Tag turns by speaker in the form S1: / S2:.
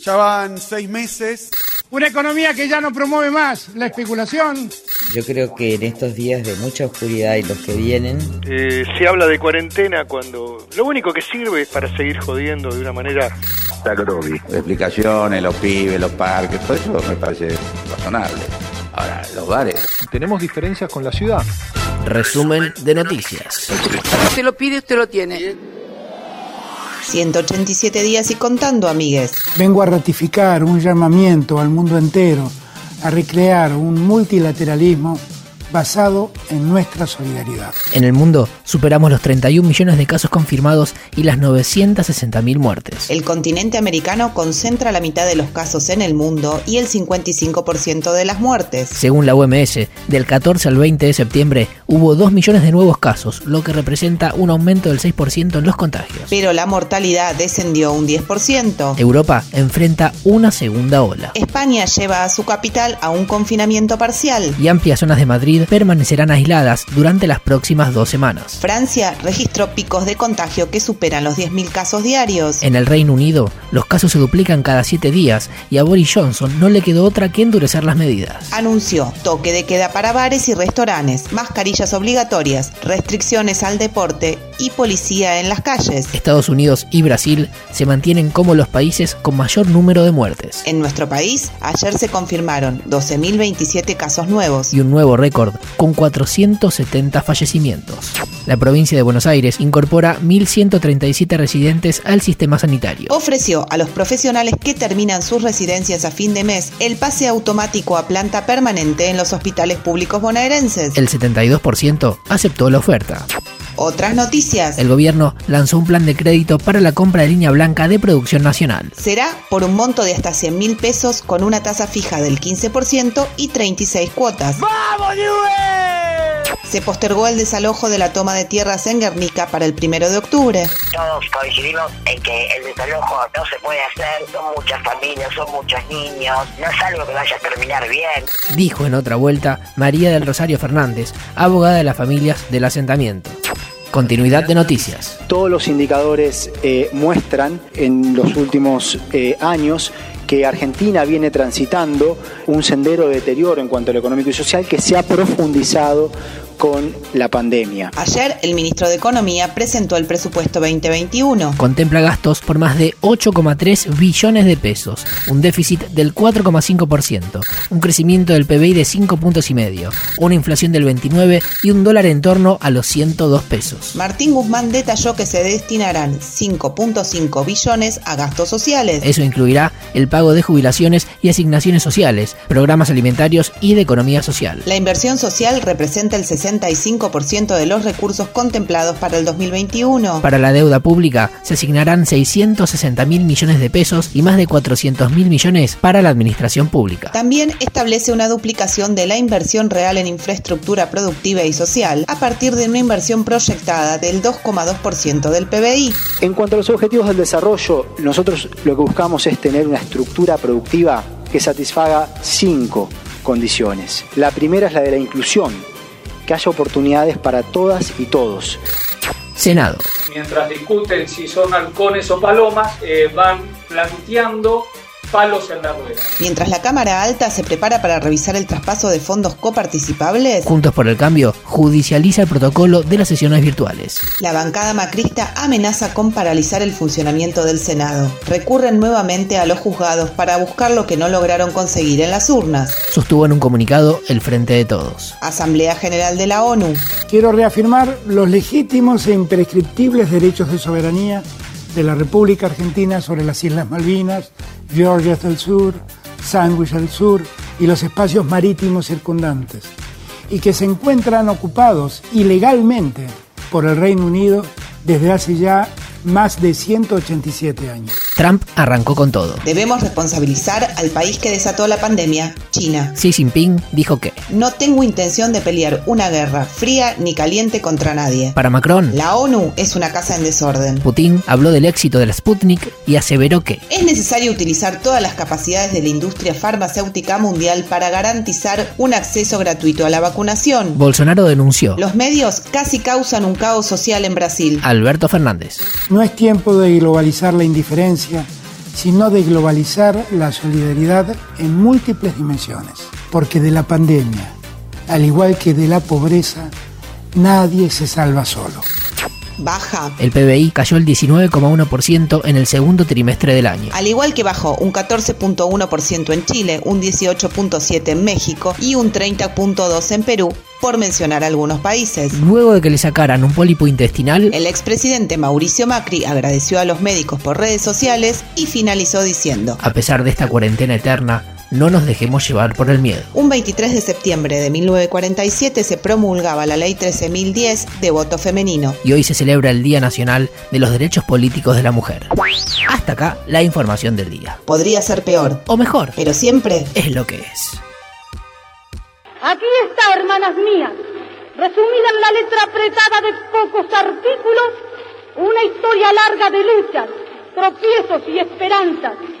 S1: Ya van seis meses.
S2: Una economía que ya no promueve más la especulación.
S3: Yo creo que en estos días de mucha oscuridad y los que vienen,
S4: Eh, se habla de cuarentena cuando lo único que sirve es para seguir jodiendo de una manera.
S5: Explicaciones, los pibes, los parques, todo eso me parece razonable. Ahora, los bares.
S6: Tenemos diferencias con la ciudad.
S7: Resumen de noticias.
S8: Usted lo pide, usted lo tiene.
S9: 187 días y contando, amigues.
S2: Vengo a ratificar un llamamiento al mundo entero a recrear un multilateralismo basado en nuestra solidaridad.
S7: En el mundo superamos los 31 millones de casos confirmados y las 960.000 muertes.
S9: El continente americano concentra la mitad de los casos en el mundo y el 55% de las muertes.
S7: Según la OMS, del 14 al 20 de septiembre hubo 2 millones de nuevos casos, lo que representa un aumento del 6% en los contagios.
S9: Pero la mortalidad descendió un 10%.
S7: Europa enfrenta una segunda ola.
S9: España lleva a su capital a un confinamiento parcial.
S7: Y amplias zonas de Madrid permanecerán aisladas durante las próximas dos semanas.
S9: Francia registró picos de contagio que superan los 10.000 casos diarios.
S7: En el Reino Unido, los casos se duplican cada 7 días y a Boris Johnson no le quedó otra que endurecer las medidas.
S9: Anunció toque de queda para bares y restaurantes, mascarillas obligatorias, restricciones al deporte y policía en las calles.
S7: Estados Unidos y Brasil se mantienen como los países con mayor número de muertes
S9: En nuestro país, ayer se confirmaron 12.027 casos nuevos.
S7: y un nuevo récord con 470 fallecimientos. La provincia de Buenos Aires incorpora 1.137 residentes al sistema sanitario.
S9: Ofreció a los profesionales que terminan sus residencias a fin de mes el pase automático a planta permanente en los hospitales públicos bonaerenses.
S7: El 72% aceptó la oferta.
S9: Otras noticias.
S7: El gobierno lanzó un plan de crédito para la compra de línea blanca de producción nacional.
S9: Será por un monto de hasta 100 mil pesos con una tasa fija del 15% y 36 cuotas. Se postergó el desalojo de la toma de tierras en Guernica para el primero de octubre.
S10: todos coincidimos en que el desalojo no se puede hacer, son muchas familias, son muchos niños, no es algo que vaya a terminar bien.
S7: dijo en otra vuelta María del Rosario Fernández, abogada de las familias del asentamiento. Continuidad de noticias.
S6: Todos los indicadores eh, muestran en los últimos eh, años que Argentina viene transitando un sendero de deterioro en cuanto a lo económico y social que se ha profundizado con la pandemia.
S9: Ayer el ministro de Economía presentó el presupuesto 2021.
S7: Contempla gastos por más de 8,3 billones de pesos, un déficit del 4,5%, un crecimiento del PBI de 5 puntos y medio, una inflación del 29 y un dólar en torno a los 102 pesos.
S9: Martín Guzmán detalló que se destinarán 5.5 billones a gastos sociales.
S7: Eso incluirá el pago de jubilaciones y asignaciones sociales, programas alimentarios y de economía social.
S9: La inversión social representa el 65% de los recursos contemplados para el 2021.
S7: Para la deuda pública se asignarán 660 mil millones de pesos y más de 400 mil millones para la administración pública.
S9: También establece una duplicación de la inversión real en infraestructura productiva y social a partir de una inversión proyectada del 2,2% del PBI.
S6: En cuanto a los objetivos del desarrollo, nosotros lo que buscamos es tener una estructura productiva que satisfaga cinco condiciones. La primera es la de la inclusión, que haya oportunidades para todas y todos.
S7: Senado.
S11: mientras discuten si son halcones o palomas, eh, van planteando palos en la rueda.
S9: Mientras la Cámara Alta se prepara para revisar el traspaso de fondos coparticipables,
S7: Juntos por el Cambio judicializa el protocolo de las sesiones virtuales.
S9: la bancada macrista amenaza con paralizar el funcionamiento del Senado. Recurren nuevamente a los juzgados para buscar lo que no lograron conseguir en las urnas.
S7: Sostuvo en un comunicado el Frente de Todos.
S9: Asamblea General de la ONU.
S2: Quiero reafirmar los legítimos e imprescriptibles derechos de soberanía de la República Argentina sobre las Islas Malvinas, Georgia del Sur, Sandwich del Sur y los espacios marítimos circundantes, y que se encuentran ocupados ilegalmente por el Reino Unido desde hace ya más de 187 años.
S7: Trump arrancó con todo.
S9: Debemos responsabilizar al país que desató la pandemia, China.
S7: Xi Jinping dijo que,
S9: No tengo intención de pelear una guerra fría ni caliente contra nadie.
S7: para Macron,
S9: La ONU es una casa en desorden.
S7: Putin habló del éxito de la Sputnik y aseveró que
S9: Es necesario utilizar todas las capacidades de la industria farmacéutica mundial para garantizar un acceso gratuito a la vacunación.
S7: Bolsonaro denunció
S9: Los medios casi causan un caos social en Brasil.
S7: a Alberto Fernández.
S2: No es tiempo de globalizar la indiferencia
S6: sino de globalizar la solidaridad en múltiples dimensiones. Porque de la pandemia, al igual que de la pobreza, nadie se salva solo.
S9: Baja.
S7: El PBI cayó el 19,1% en el segundo trimestre del año.
S9: Al igual que bajó un 14.1% en Chile, un 18.7% en México y un 30.2% en Perú, por mencionar algunos países.
S7: Luego de que le sacaran un pólipo intestinal,
S9: El expresidente Mauricio Macri agradeció a los médicos por redes sociales y finalizó diciendo,
S7: a pesar de esta cuarentena eterna, no nos dejemos llevar por el miedo.
S9: un 23 de septiembre de 1947 se promulgaba la ley 13.010 de voto femenino.
S7: Y hoy se celebra el Día Nacional de los Derechos Políticos de la Mujer. Hasta acá la información del día.
S9: Podría ser peor,
S7: O mejor,
S9: pero siempre
S7: es lo que es.
S12: Aquí está, hermanas mías, resumida en la letra apretada de pocos artículos, una historia larga de luchas, tropiezos y esperanzas,